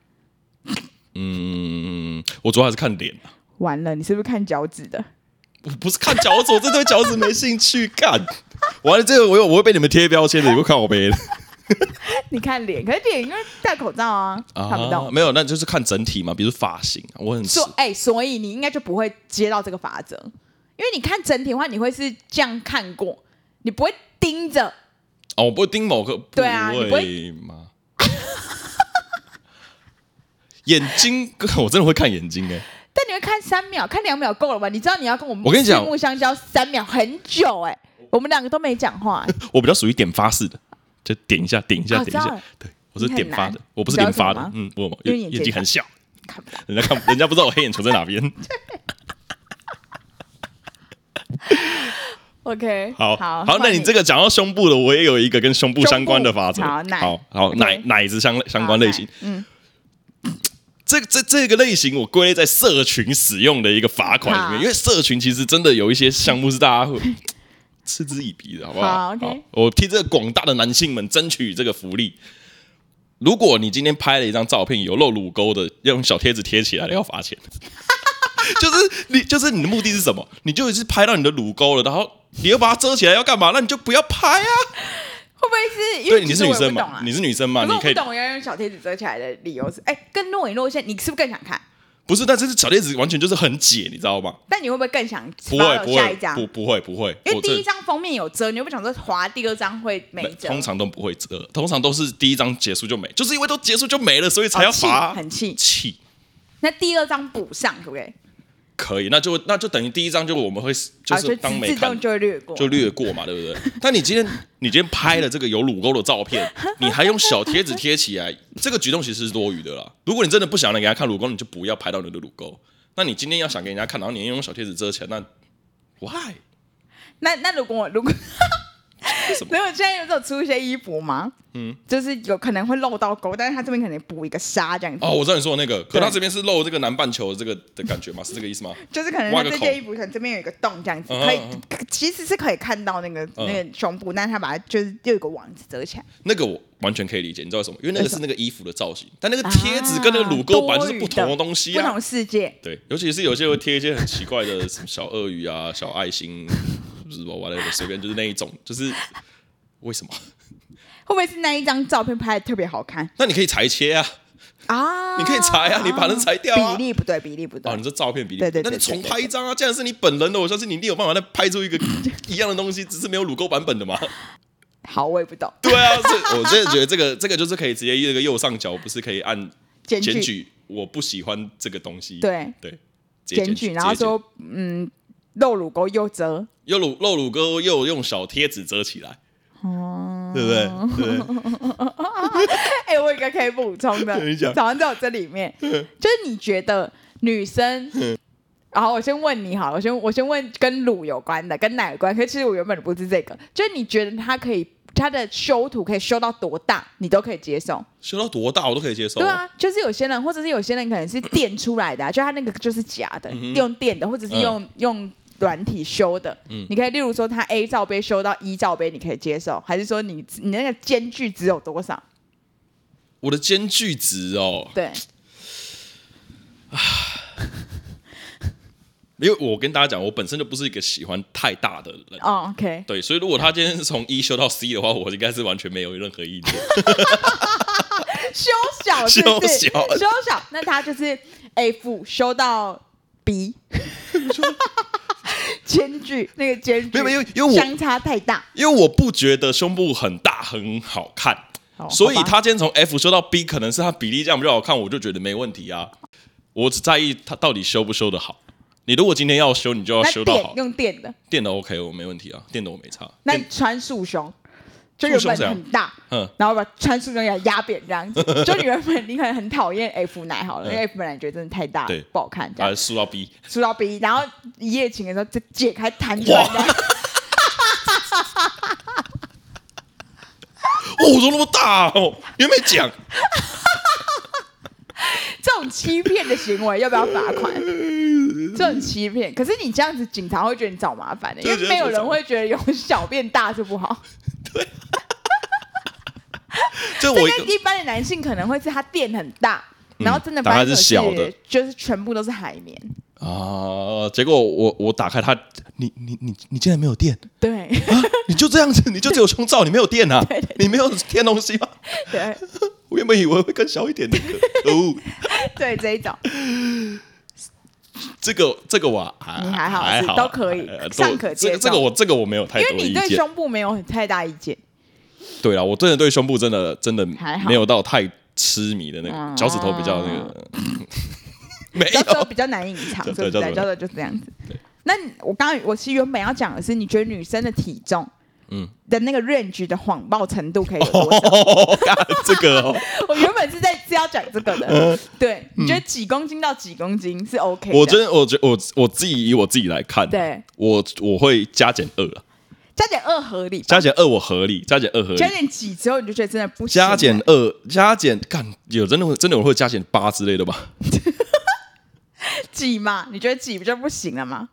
S1: 嗯，我主要还是看脸啊，
S2: 完了，你是不是看脚趾的？
S1: 我不是看脚趾，我这对脚趾没兴趣干。 完了，这个我有我会被你们贴标签的，你会看我呗？
S2: 你看脸，可是脸因为戴口罩啊， 看不
S1: 啊
S2: 到。
S1: 没有，那就是看整体嘛，比如发型啊，我很
S2: 所哎、所以你应该就不会接到这个法则，因为你看整体的话，你会是这样看过，你不会盯着。
S1: 哦，我不会盯某个部
S2: 对啊你不
S1: 位吗？ 眼睛， 我真的会看眼睛哎、
S2: 但你会看三秒，看两秒够了吧？你知道你要跟我们
S1: 我跟你讲
S2: 四目相交三秒很久哎、我们两个都没讲 话、哎
S1: 我比较属于点发式的，就点一下，点一下，
S2: 哦
S1: 点一
S2: 知道
S1: 下
S2: 了，
S1: 对我是
S2: 你很
S1: 点发
S2: 难
S1: 的，我不是
S2: 你知道
S1: 连发
S2: 为什
S1: 的
S2: 么吗，
S1: 嗯，我有
S2: 因为
S1: 眼
S2: 眼睛
S1: 睛很小，
S2: 看不到。
S1: 人家看人家不知道我黑眼球在哪边。
S2: OK，
S1: 好
S2: 好
S1: 好，那你这
S2: 个
S1: 个讲到胸部的，我也有一个跟胸部相关的法则，
S2: 胸部好奶
S1: 好好
S2: OK
S1: 奶奶子相相关类型，，
S2: 嗯，
S1: 这这这个类型我归类在社群使用的一个罚款里
S2: 好
S1: 面，因为社群其实真的有一些项目是大家会嗤之以鼻的，好不好？
S2: 好，OK
S1: 我替这个广大的男性们争取这个福利。如果你今天拍了一张照片有露乳沟的，要用小贴纸贴起来的，要罚钱。 就是你，就是你的目的是什么？你就是拍到你的乳沟了，然后你又把它遮起来，要干嘛？那你就不要拍啊！
S2: 会不会是因
S1: 对，
S2: 为
S1: 你
S2: 其
S1: 是
S2: 实
S1: 女
S2: 我也
S1: 生
S2: 不懂
S1: 嘛
S2: 啊？，
S1: 你是女生嘛，
S2: 可是
S1: 你
S2: 我
S1: 可以
S2: 不懂要用小贴纸遮起来的理由是，哎，更若隐若现，你是不是更想看？
S1: 不是，但是小贴纸完全就是很解，你知道吗？
S2: 但你会不会更想
S1: 不会，
S2: follow
S1: 不
S2: 下一
S1: 会，
S2: 张？
S1: 不不会，不会。
S2: 因为
S1: 我
S2: 第
S1: 这
S2: 一张封面有遮，你又不想说滑第二张会没遮，
S1: 通常都不会折，通常都是第一章结束就没，就是因为都结束就没了，所以
S2: 哦
S1: 才要啊
S2: 气
S1: 罚。
S2: 很气。
S1: 气
S2: 那第二张补上，对不对？
S1: 可以，那就那就等于第一章就我们会就
S2: 啊，
S1: 是
S2: 就
S1: 当
S2: 自
S1: 没
S2: 自
S1: 看
S2: 动就会略过，
S1: 就略过嘛，对不对？ 但你今天你今天拍了这个有乳沟的照 片，你还用小贴纸贴起来，这个举动其实是多余的啦。如果你真的不想让人家看乳沟，你就不要拍到你的乳沟。那你今天要想给人家看，然后你用小贴纸遮起来，那 why？
S2: 那那如果我如果
S1: 为什么
S2: 如果现在有这种出一些衣服吗？嗯，就是有可能会露到沟，但是它这边可能补一个纱这样子，
S1: 哦，我知道你说的那个，可
S2: 对
S1: 他这边是露这个南半球这个的感 觉吗？是这个意思吗？
S2: 就是可能
S1: 挖个
S2: 它这
S1: 口
S2: 件衣服可能这边有一个洞这样子，
S1: 嗯
S2: 可以
S1: 嗯
S2: 其实是可以看到那个
S1: 嗯
S2: 那个胸部，但是它把它就是又有一个网子遮起来，
S1: 那个我完全可以理解，你知道为什么？因为那个是那个衣服的造型，但那个
S2: 啊
S1: 贴纸跟那个乳沟板就是不同
S2: 多余
S1: 的东西
S2: 不
S1: 啊
S2: 同。世界。
S1: 对，尤其是有些会贴一些很奇怪的 什么小鳄鱼啊、小爱心，就是我玩了随便就是那一种，就是为什么？
S2: 会不会是那一张照片拍的特别好看
S1: 那你可以裁切啊，
S2: 啊？
S1: 你可以裁啊，你把那裁掉啊
S2: 比。例不对，比例不对
S1: 哦，你。这照片比例，
S2: 对对对
S1: 那你
S2: 对对
S1: 重拍一张啊！既然 是你本人的，我相信你一定有办法再拍出一个一样的东西，只是没有乳沟版本的嘛。
S2: 好，我也不懂，
S1: 对啊，这我真的觉得这个这个就是可以直接那个右上角不是可以按
S2: 检
S1: 检
S2: 举，
S1: 举，我不喜欢这个东西，
S2: 对，
S1: 对，直接
S2: 检举，然后
S1: 直接检
S2: 说，嗯，露乳沟又折，
S1: 又乳露乳沟又用小贴纸遮起来，
S2: 哦，
S1: 对不对？对不对，，
S2: 哎、我有一个可以补充 的
S1: 你讲嗯
S2: 早上在我这里面， 就是你觉得女生，然后我先问你好了，我先我先问跟乳有关的，跟奶有关，可是其实我原本不是这个，就是你觉得它可以。它的修图可以修到多大，你都可以接受。
S1: 修到多大我都可以接受，
S2: 对，啊，就是有些人，或者是有些人可能是电出来的、啊，就他那个就是假的，
S1: 嗯
S2: 用电的，或者是用、用软体修的。
S1: 嗯
S2: 你可以例如说，他 A 罩杯修到 E 罩杯，你可以接受，还是说你你那个间距只有多少？
S1: 我的间距值哦，
S2: 对，
S1: 因为我跟大家讲，我本身就不是一个喜欢太大的人，
S2: 哦，OK，
S1: 对，所以如果他今天是从一修到 C 的话，我应该是完全没有任何意见。
S2: 修小是不是
S1: 修小
S2: 修小，那他就是 F 修到 B，间距那个间距
S1: 没有没有因为我
S2: 相差太大，
S1: 因为我不觉得胸部很大很好看，
S2: 哦
S1: 所以
S2: 好吧
S1: 他今天从 F 修到 B，可能是他比例这样比较好看，我就觉得没问题啊。我只在意他到底修不修得好。你如果今天要修，你就要
S2: 那
S1: 修到
S2: 电
S1: 好。
S2: 用电的，
S1: 电的 OK，我没问题啊，电的我没差。
S2: 那
S1: 电
S2: 穿束胸。就
S1: 束
S2: 原
S1: 嗯胸
S2: 本
S1: 怎样
S2: 很大，
S1: 嗯，
S2: 然后把穿束胸给它压扁这样子。 就你原本你可能很讨厌 F 奶好了，
S1: 嗯
S2: 因为 F 奶觉得真的太大
S1: 对，啊
S2: 不好看这
S1: 把它
S2: 样。
S1: 修到 B，
S2: 梳到 B，然后一夜情的时候就解开弹出来
S1: 哇
S2: 这样，
S1: 哦，我说那么大哦，你又没 讲，
S2: 这种欺骗的行为要不要罚款？ 这种欺骗，可是你这样子，警察会觉得你找麻烦的、欸
S1: 对
S2: 因为没有人会觉得有小变大是 不好。
S1: 这
S2: 这
S1: 我一个
S2: 跟一般的男性可能会是他店很大，然后真的
S1: 嗯但
S2: 发
S1: 他
S2: 现
S1: 是小的，
S2: 就是全部都是海 绵。
S1: 啊，结果我我打开它，你你你你竟然没有电
S2: 对
S1: 啊！你就这样子，你 就只有胸罩，你没有电啊？你没有添东西吗？
S2: 对
S1: 我原本以为会更小一点的， 可哦恶！
S2: 对，这一种
S1: 这个这个我还
S2: 你还好
S1: 还
S2: 是
S1: 好
S2: 都可以
S1: 呃
S2: 尚
S1: 都
S2: 可
S1: 这
S2: 接
S1: 个
S2: 受
S1: 这个我这个我没有太
S2: 因
S1: 多
S2: 为
S1: 意
S2: 你对
S1: 见。
S2: 胸部没有很太大意见。
S1: 对了，我真的对胸部真的真的
S2: 还好
S1: 没有到太痴迷的那个，
S2: 嗯
S1: 脚趾头比较那 个没
S2: 到时候
S1: 有。
S2: 比较难隐藏，
S1: 对
S2: 对不
S1: 对
S2: 对？
S1: 叫
S2: 叫做就是这样子。那你我刚刚我其实原本要讲的是，你觉得女生的体重，
S1: 嗯
S2: 嗯，的那个 range 的谎报程度可以有 多少？
S1: 哦，干这个哦，
S2: 我原本是在是要讲这个的，对，你觉得几公斤到几公斤是 OK
S1: 嗯
S2: 的？
S1: 我真的我觉我我自己以我自己来看，
S2: 对
S1: 我我会加减二啊，
S2: 加减二合理吧，
S1: 加减二我合理，加减二合理
S2: 加，减几之后你就觉得真的不行了
S1: 加减二加减干有真的会真的有人会加减八之类的吧？
S2: 几嘛？你觉得几就不行了吗？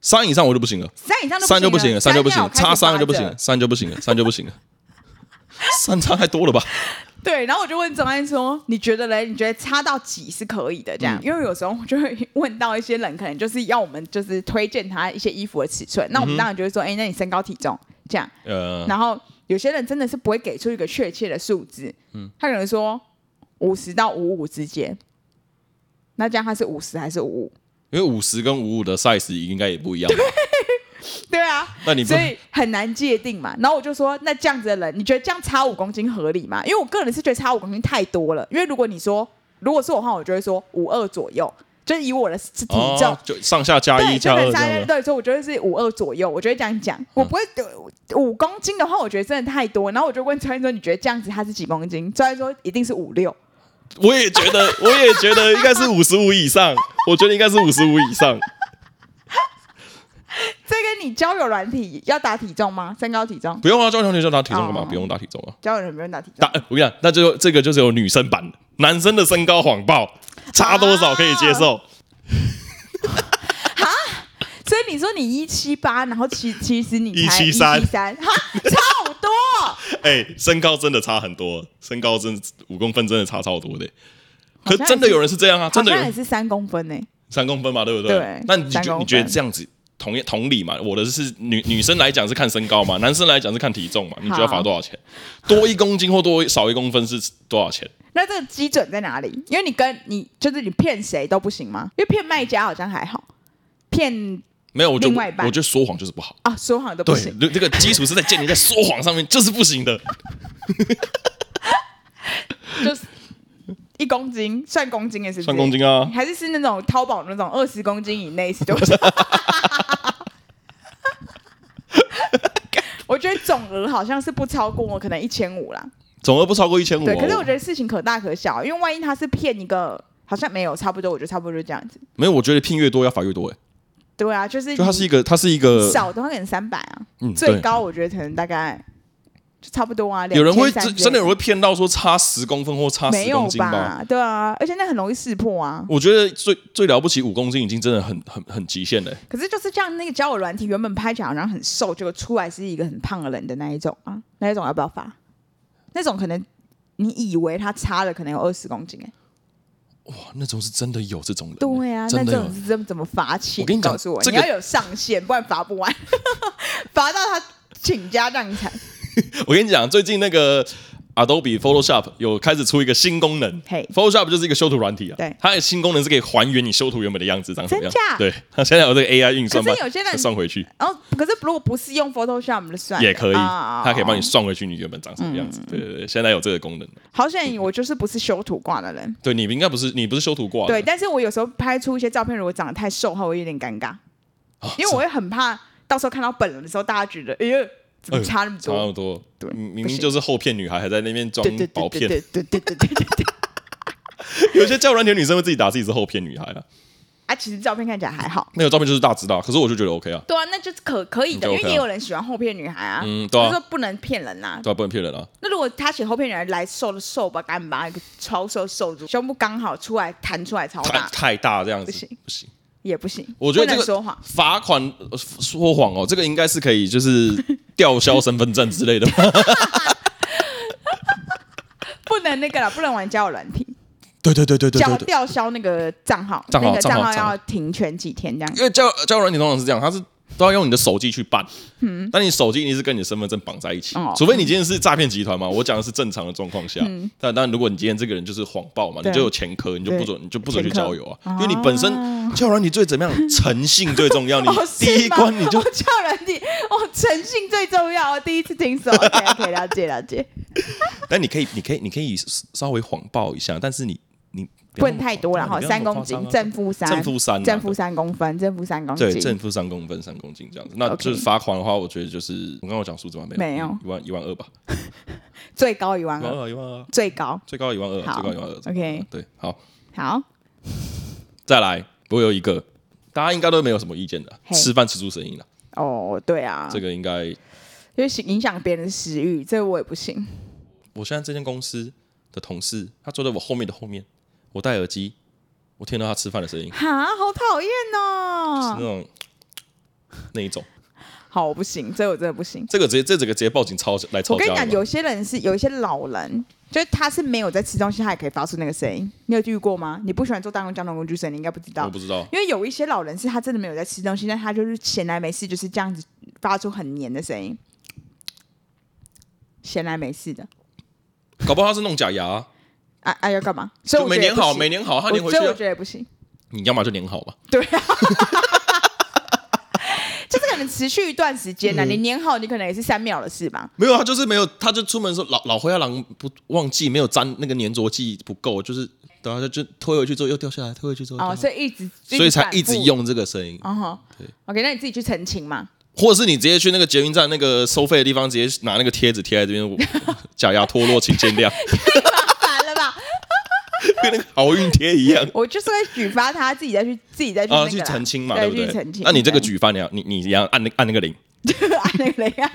S1: 三以上我就不行了。
S2: 三以上都
S1: 三就不行了，三就不行了，
S2: 了，
S1: 差三个就不行
S2: 了
S1: 了，。三就不 行了，三就不行了，三差太多了 吧？
S2: 对，然后我就问钟安说：“你觉得嘞？你觉得差到几是可以的？这样，
S1: 嗯
S2: 因为有时候我就会 问到一些人，可能就是要我们就是推荐他一些衣服的尺寸，那我
S1: 嗯
S2: 们当然就会说：哎、那你身高体重这样。
S1: 呃，
S2: 然后有些人真的是不会给出一个确切的数字，嗯，他可能说五十到五五之间，那这样他是五十还是五五？
S1: 因为五十跟五五的 size 应该也不一样吧？
S2: 对啊，
S1: 那你不
S2: 所以很难界定嘛。然后我就说，那这样子的人，你觉得这样差五公斤合理吗？因为我个人是觉得差五公斤太多了。因为如果你说，如果是我的话，我就会说五二左右，就是以我的体重。
S1: 哦，就上下加
S2: 对，
S1: 一加
S2: 就可
S1: 二
S2: 能
S1: 这样
S2: 三
S1: 吗。嗯
S2: 对，所以我觉得是五二左右，我就会这样讲，我不会呃五公斤的话，我觉得真的太多。然后我就问周安说：“你觉得这样子他是几公斤？”周安说：“一定是五六。
S1: 我也觉 得，我也觉得应该是五十五以上，我觉得应该是五十五以上。”
S2: 这跟你交友软体要打体重吗？身高体重，
S1: 不用啊，教条女生打体重干嘛？
S2: 哦
S1: 不用打体重啊，
S2: 交友软体不用打体重
S1: 打，呃我跟你讲，那就这个就是有女生版的，男生的身高谎报差多少可以接受？
S2: 啊所以你说你一七八，然后其其实你才
S1: 173
S2: 三，哈，差好多哦。
S1: 哎，身高真的差很多，身高真五公分真的差超多的。可
S2: 好像
S1: 真的
S2: 也是
S1: 有人是这样啊， 真的
S2: 哦好
S1: 有人
S2: 像也是三公分呢、
S1: 三公分嘛，对不对？
S2: 对
S1: 那你
S2: 三
S1: 觉
S2: 公
S1: 你
S2: 分
S1: 觉得这样子同样同理嘛？我的是女女生来讲是看身高嘛，男生来讲是看体重嘛？你觉得罚多少钱？多一公斤或多少一公分是多少钱？
S2: 那这个基准在哪里？因为你跟你就是你骗谁都不行吗？因为骗卖家好像还好，骗
S1: 没有，我就
S2: 另外一半
S1: 我觉得说谎就是不好。
S2: 啊，说谎都不
S1: 对
S2: 行。，
S1: 这这个基础是在建立在说谎上面，就是不行的。
S2: 就是一公斤，算公斤也是不是
S1: 算公斤啊
S2: 还是是那种淘宝那种二十公斤以内是多少？ 我觉得总额好像是不超过可能一千五啦。
S1: 总额不超过一千五。哦
S2: 对，可是我觉得事情可大可小，因为万一他是骗一个，好像没有，差不多，我觉得差不多就这样子。
S1: 没有，我觉得骗越多要罚越多。哎，
S2: 对啊，就是
S1: 就它是一个，它是一个
S2: 少的话可能三百啊，
S1: 嗯
S2: 最
S1: 对
S2: 高我觉得可能大概就差不多啊。
S1: 有人会
S2: 2000
S1: 真真的有人会骗到说差十公分或差
S2: 没
S1: 十
S2: 有
S1: 公斤吧？
S2: 吧？对啊，而且那很容易识破啊。
S1: 我觉得最最了不起五公斤已经真的很很很极限了。欸
S2: 可是就是像那个交友软体，原本拍起来好像很瘦，结果出来是一个很胖的人的那一种啊，那一种要不要发？那种可能你以为他差了，可能有二十公斤哎、
S1: 哇，那种是真的有这种人，欸
S2: 对啊，那
S1: 真
S2: 这
S1: 的
S2: 种
S1: 有。
S2: 是怎怎么罚钱？
S1: 我跟你讲
S2: 告诉我，
S1: 这
S2: 你
S1: 个
S2: 要有上限，不然罚不完， 罚到他倾家荡产。
S1: 我跟你讲，最近那个 Adobe Photoshop 有开始出一个新功能
S2: 嘿
S1: ，Photoshop 就是一个修图软体啊。
S2: 对
S1: 它的新功能是可以还原你修图原本的样子长什么样
S2: 真假。
S1: 对，它现在有这个 AI 运算
S2: 可
S1: 吧，
S2: 是有些人
S1: 再算回去
S2: 然后，可是如果不是用 Photoshop 的算
S1: 也可以，
S2: 啊
S1: 它可以帮你算回去你原本长什么样
S2: 嗯
S1: 子。对对对，现在有这个功能。
S2: 好险，我就是不是修图挂的人。
S1: 对你应该不是你不是修图挂的，
S2: 对，但是我有时候拍出一些照片，如果长得太瘦的话，我会有点尴尬，
S1: 啊
S2: 因为我会很怕到时候看到本人的时候，大家觉得，哎呦，怎么
S1: 哎
S2: 差那么
S1: 差
S2: 多？
S1: 不多。
S2: 对
S1: 明
S2: 不
S1: 明
S2: 行
S1: 明就是厚片女孩，还在那边装
S2: 对对
S1: 薄
S2: 对
S1: 片。
S2: 对对对对对对对对。
S1: 有些教软体的女生会自己打自己是厚片女孩啊，
S2: 啊，其实照片看起来还好。
S1: 那个照片就是大直道，可是我就觉得 OK 啊，
S2: 对啊，那就是可可以的，
S1: 就
S2: 因
S1: OK 啊
S2: 为也有人喜欢厚片女孩啊，
S1: 嗯对啊
S2: 就是说不能骗人呐、
S1: 对啊，不能骗人啊。
S2: 那如果他写厚片女孩来瘦的瘦吧，干嘛一个超瘦瘦子，胸部刚好出来弹出来超
S1: 太
S2: 大
S1: 太大这样
S2: 不
S1: 子
S2: 行
S1: 不行，
S2: 也不行，
S1: 我觉得
S2: 不
S1: 这
S2: 能
S1: 个
S2: 说谎。
S1: 罚款呃说谎哦，这个应该是可以就是吊销身份证之类 的吧。
S2: 不能那个了，不能玩交友软体，
S1: 对对对对对
S2: 叫
S1: 对对，
S2: 吊销那个账号，
S1: 账号
S2: 那个
S1: 账号
S2: 号
S1: 账号
S2: 要停权几天这样。
S1: 因为教教软体通常是这样，它是。都要用你的手机去办，嗯，但你手机一定是跟你的身份证绑在一起，
S2: 哦嗯
S1: 除非你今天是诈骗集团嘛。我讲的是正常的状况下，但但如果你今天这个人就是谎报嘛，
S2: 对
S1: 你就有前科，你就不准你就不准去
S2: 前科哦
S1: 交友啊，因为你本身教软体最怎么样，诚信最重要， 你
S2: 哦，是
S1: 第一
S2: 吗
S1: 关你就
S2: 哦叫人你哦，诚信最重要。我第一次听 说，OK，可以了解了解，
S1: 但你可以，你可以，你可以稍微谎报一下，但是你你
S2: 不能太多了哈，
S1: 不要
S2: 三
S1: 那么
S2: 公
S1: 夸张
S2: 斤
S1: 啊，
S2: 正负三，
S1: 正负三啊
S2: 正负三公分，正负三公
S1: 对
S2: 斤，
S1: 正负三公分，三公斤这样子。那
S2: OK
S1: 就是罚款的话，我觉得就是我刚刚讲数字吗？没有，
S2: 没有啊
S1: 一万一万二吧，
S2: 最高一万
S1: 一万
S2: 二，
S1: 二，一啊万二，
S2: 最高
S1: 最高一万二，
S2: 好
S1: 最高一万二。
S2: OK
S1: 对，好，
S2: 好，
S1: 再来，我有一个，大家应该都没有什么意见的，啊
S2: 嘿
S1: 吃饭吃出声音了，
S2: 哦，对啊，
S1: 这个应该，
S2: 因为影响别人的食欲，这我也不行。
S1: 我现在这间公司的同事，他坐在我后面的后面，我戴耳机，我听到他吃饭的声音，
S2: 哈，好讨厌
S1: 是那
S2: 哦！
S1: 种那一种，
S2: 好，我不行，这我真的不行。
S1: 这个直接这整个直接报警吵来
S2: 我
S1: 吵
S2: 跟
S1: 架
S2: 你
S1: 了吧。
S2: 讲，有些人是有一些老人，就是他是没有在吃东西，他也可以发出那个声音。你有遇过吗？你不喜欢做大众交通工具声，你应该不知道
S1: 啊我。不知道。
S2: 因为有一些老人是他真的没有在吃东西，但他就是闲来没事就是这样子发出很黏的声音，闲来没事的
S1: 搞不好他是弄假牙、啊，
S2: 啊啊要干嘛？所以
S1: 就
S2: 我
S1: 没
S2: 觉得也
S1: 粘
S2: 不
S1: 好，
S2: 行
S1: 没粘好，他
S2: 我
S1: 粘回去
S2: 所以我
S1: 啊、
S2: 觉得也不行，
S1: 你要么就粘好嘛，
S2: 就是可能持续一段时
S1: 嗯
S2: 间呢、啊你粘好你可能也是三秒的事吧。
S1: 没有，他就是没有，他就出门的时候老老灰太狼不忘记没有粘那个粘着剂不够，就是等下就推回去之后又掉下来，推回去之后
S2: 哦，
S1: 掉下
S2: 所
S1: 来，
S2: 以一直
S1: 嗯所以才一直
S2: 反复。
S1: 用这个声音，
S2: 哦吼
S1: 对
S2: ，OK，那你自己去澄清嘛。
S1: 或者是你直接去那个捷运站那个收费的地方，直接拿那个贴纸贴在这边，我假牙脱落请见 谅，
S2: 烦了吧？
S1: 跟那个好运贴一样。
S2: 我就是会举发他自己再去自己再去那个
S1: 啊，
S2: 啦
S1: 去澄清嘛，
S2: 对
S1: 对不
S2: 去澄清。
S1: 那你这个
S2: 对
S1: 举发，你要你你一样按那按那个铃，
S2: 按那个 雷啊，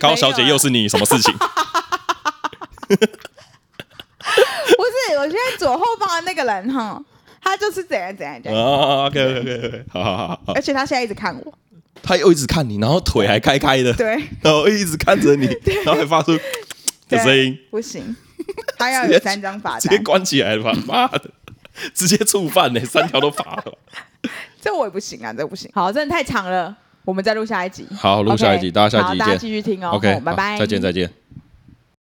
S1: 高小姐
S2: 没有啊
S1: 又是你什么事 情？
S2: 不是，我现在左后方的那个人哈，他就是怎样怎样怎样，
S1: 啊，OK OK OK，好好好好，
S2: 而且他现在一直看我，
S1: 他又一直看你，然后腿还开开的，
S2: 对，
S1: 然后一直看着你，然后还发出的
S2: 对
S1: 声音，
S2: 不行，他要有三张罚
S1: 直接
S2: 单，
S1: 关起来了吧？妈的，直接触犯呢、三条都罚了。
S2: 这我也不行啊，这不行。好，真的太长了，我们再录下一集。
S1: 好，录下一集，
S2: OK，
S1: 大家下
S2: 好
S1: 一集
S2: 大家
S1: 见，
S2: 继续听哦。
S1: OK，
S2: 好拜
S1: 好
S2: 拜，
S1: 再见，再见。